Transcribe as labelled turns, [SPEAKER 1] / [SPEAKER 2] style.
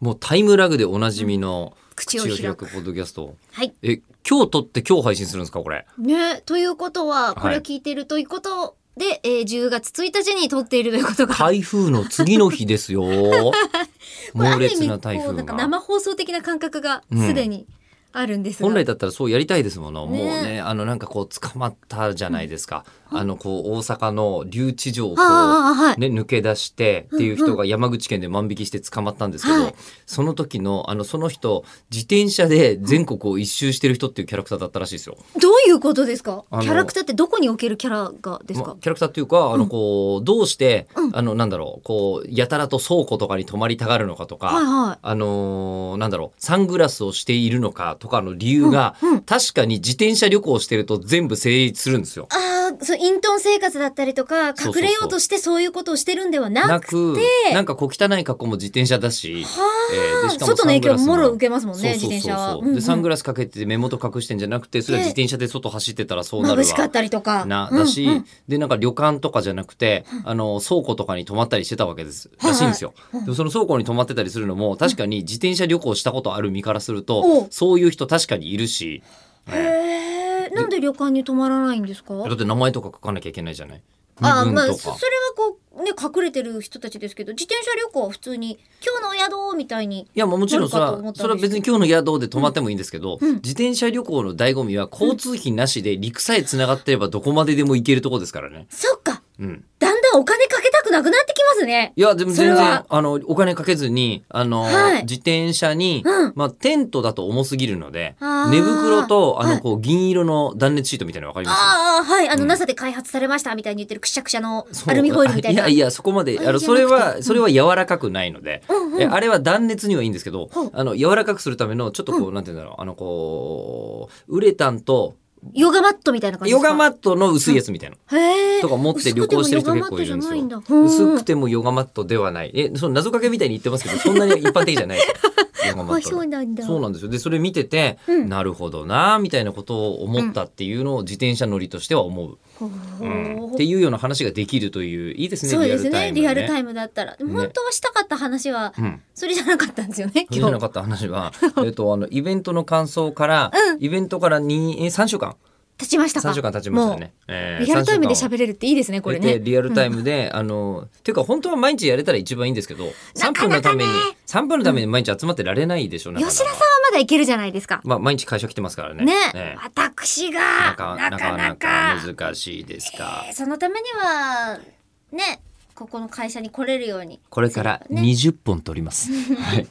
[SPEAKER 1] もうタイムラグでおなじみの
[SPEAKER 2] 口を開く
[SPEAKER 1] ポッドキャスト。
[SPEAKER 2] はい。
[SPEAKER 1] え、今日撮って今日配信するんですかこれ。
[SPEAKER 2] ね、ということは、これを聞いてるということで、えー10月1日に撮っているということが、
[SPEAKER 1] 台風の次の日です よ。
[SPEAKER 2] これあ
[SPEAKER 1] 猛
[SPEAKER 2] る意味
[SPEAKER 1] 烈な台
[SPEAKER 2] こうな
[SPEAKER 1] 風
[SPEAKER 2] んか
[SPEAKER 1] が。
[SPEAKER 2] 生放送的な感覚が
[SPEAKER 1] うん
[SPEAKER 2] すでにあるんですが、
[SPEAKER 1] 本来だったらそうやりたいですもの。
[SPEAKER 2] ね
[SPEAKER 1] もうね、あのなんかこう捕まったじゃないですか。あのこう大阪の留置場をこう
[SPEAKER 2] ああ、はい。
[SPEAKER 1] ね、抜け出してっていう
[SPEAKER 2] うんう
[SPEAKER 1] 人
[SPEAKER 2] ん
[SPEAKER 1] が山口県で万引きして捕まったんですけど、
[SPEAKER 2] はい
[SPEAKER 1] その時のあのその人自転車で全国を一周してる人っていうキャラクターだったらしいですよ。
[SPEAKER 2] どういうことですか
[SPEAKER 1] あの
[SPEAKER 2] キャラクターってどこに置けるキャラがです
[SPEAKER 1] ま
[SPEAKER 2] か
[SPEAKER 1] あ、キャラクターっていうかあのこう、どうして、
[SPEAKER 2] うん
[SPEAKER 1] あのなんだろうこうやたらと倉庫とかに泊まりたがるのかとか、
[SPEAKER 2] はいは
[SPEAKER 1] あのーなんだろうサングラスをしているのかとかの理由が、
[SPEAKER 2] うんうん
[SPEAKER 1] 確かに自転車旅行をしてると全部成立するんですよ。
[SPEAKER 2] い。ああ、そう、隠遁生活だったりとか、
[SPEAKER 1] そうそうそう
[SPEAKER 2] 隠れようとしてそういうことをしてるんではな
[SPEAKER 1] な
[SPEAKER 2] く、
[SPEAKER 1] くなんかこう汚い格好も自転車だし。
[SPEAKER 2] は
[SPEAKER 1] えー
[SPEAKER 2] あ、
[SPEAKER 1] でしかも
[SPEAKER 2] 外の
[SPEAKER 1] サン
[SPEAKER 2] 影
[SPEAKER 1] グラ
[SPEAKER 2] 響
[SPEAKER 1] ス
[SPEAKER 2] もろ受けますもんね、
[SPEAKER 1] そう
[SPEAKER 2] 自
[SPEAKER 1] そうそう
[SPEAKER 2] 転車は。
[SPEAKER 1] そう
[SPEAKER 2] うんうん
[SPEAKER 1] でサングラスかけて目元隠してんじゃなくてそれは
[SPEAKER 2] で
[SPEAKER 1] 自転車で外走ってたらそうなる
[SPEAKER 2] 眩
[SPEAKER 1] わ
[SPEAKER 2] しかったりとか。
[SPEAKER 1] な
[SPEAKER 2] うん
[SPEAKER 1] だし、
[SPEAKER 2] うん
[SPEAKER 1] でなんか旅館とかじゃなくて、あの倉庫とかに泊まったりしてたわけです、
[SPEAKER 2] はい
[SPEAKER 1] らしいんですよ、
[SPEAKER 2] うん
[SPEAKER 1] でもその倉庫に泊まってたりするのも確かに自転車旅行したことある身からすると、
[SPEAKER 2] おう
[SPEAKER 1] そういう人確かにいるし、ね
[SPEAKER 2] へえ、なんで旅館に泊まらないんですか
[SPEAKER 1] だって名前とか書かなきゃいけないじゃない
[SPEAKER 2] あ
[SPEAKER 1] 身
[SPEAKER 2] まあ、
[SPEAKER 1] 分
[SPEAKER 2] そ
[SPEAKER 1] と
[SPEAKER 2] それ
[SPEAKER 1] か
[SPEAKER 2] は、こうね隠れてる人たちですけど自転車旅行は普通に今日のお宿みたいに
[SPEAKER 1] いやもちろんそれ
[SPEAKER 2] なるか
[SPEAKER 1] は
[SPEAKER 2] と思ったんですけど
[SPEAKER 1] それは別に今日の宿で泊まってもいいんですけど、
[SPEAKER 2] うん
[SPEAKER 1] 自転車旅行の醍醐味は交通費なしで陸さえつながってればどこまででも行けるとこですからね。
[SPEAKER 2] そっか
[SPEAKER 1] うん、
[SPEAKER 2] だんだんお金かけたくなくなってきますね
[SPEAKER 1] いやでも全
[SPEAKER 2] それ
[SPEAKER 1] 然
[SPEAKER 2] は
[SPEAKER 1] あのお金かけずにあの、
[SPEAKER 2] はい
[SPEAKER 1] 自転車に、
[SPEAKER 2] うん
[SPEAKER 1] まあ、テントだと重すぎるので
[SPEAKER 2] あー
[SPEAKER 1] 寝袋とあ
[SPEAKER 2] は
[SPEAKER 1] の
[SPEAKER 2] い
[SPEAKER 1] こう銀色の断熱シートみたいなの分かります
[SPEAKER 2] ああはいあの、
[SPEAKER 1] うん
[SPEAKER 2] NASA で開発されましたみたいに言ってるくしゃくしゃの
[SPEAKER 1] そう
[SPEAKER 2] アルミホイルみたいな
[SPEAKER 1] あいやいやそこまであ
[SPEAKER 2] あれ
[SPEAKER 1] の
[SPEAKER 2] じ
[SPEAKER 1] そ
[SPEAKER 2] ゃな
[SPEAKER 1] れ
[SPEAKER 2] くて
[SPEAKER 1] は
[SPEAKER 2] うん
[SPEAKER 1] それは柔らかくないので、
[SPEAKER 2] うんうん
[SPEAKER 1] えあれは断熱にはいいんですけど、
[SPEAKER 2] ほう
[SPEAKER 1] あの柔らかくするためのちょっとこう、なんて言うんだろうあのこうウレタンと
[SPEAKER 2] ヨガマットみたいな感じで
[SPEAKER 1] ヨ
[SPEAKER 2] すか
[SPEAKER 1] ガマットの薄いやつみたいな、
[SPEAKER 2] トへえ
[SPEAKER 1] とか持って旅行してる人結構いるんですよ。薄
[SPEAKER 2] 薄
[SPEAKER 1] くてもヨガマットではない。え、その謎かけみたいに言ってますけど、そんなに一般的じゃないですよ ヨガマ
[SPEAKER 2] あ
[SPEAKER 1] ット
[SPEAKER 2] そう
[SPEAKER 1] は。
[SPEAKER 2] なんだ
[SPEAKER 1] そうなんですよ。で、それ見てて、
[SPEAKER 2] うん
[SPEAKER 1] なるほどな、みたいなことを思ったっていうのを自転車乗りとしては思う。
[SPEAKER 2] ほ
[SPEAKER 1] う
[SPEAKER 2] うん
[SPEAKER 1] っていうような話ができるという、いいですね、
[SPEAKER 2] そうですねリアル
[SPEAKER 1] イ
[SPEAKER 2] タイムだったら、でも本当はしたかった話は
[SPEAKER 1] ムね。うん。
[SPEAKER 2] それじゃなかったんですよね
[SPEAKER 1] そうじ
[SPEAKER 2] 今
[SPEAKER 1] ゃな
[SPEAKER 2] 日
[SPEAKER 1] かった話は、 えっと、あの、イベントの感想から、
[SPEAKER 2] うん
[SPEAKER 1] イベントからにえ3週間、
[SPEAKER 2] 経ちましたか
[SPEAKER 1] 3週間経ちました
[SPEAKER 2] もう
[SPEAKER 1] ね。えー
[SPEAKER 2] リアルタイムで
[SPEAKER 1] 三週間を
[SPEAKER 2] 喋れるっていいですね、これ
[SPEAKER 1] で
[SPEAKER 2] ね。
[SPEAKER 1] リアルタイムで、あのっていうか本当は毎日やれたら一番いいんですけど3
[SPEAKER 2] なか
[SPEAKER 1] 分の
[SPEAKER 2] な
[SPEAKER 1] た
[SPEAKER 2] かね
[SPEAKER 1] めに3分のために毎日集まってられないでしょなかなか
[SPEAKER 2] 吉田さんはまだいけるじゃないですか。
[SPEAKER 1] まあ、毎日会社来てますからね
[SPEAKER 2] ね、
[SPEAKER 1] ええ
[SPEAKER 2] 私が
[SPEAKER 1] な
[SPEAKER 2] な
[SPEAKER 1] か
[SPEAKER 2] か
[SPEAKER 1] な
[SPEAKER 2] な
[SPEAKER 1] か
[SPEAKER 2] か
[SPEAKER 1] なか難しいですか
[SPEAKER 2] えーそのためにはね、ここの会社に来れるように。
[SPEAKER 1] これから
[SPEAKER 2] ね
[SPEAKER 1] 20本取ります、はい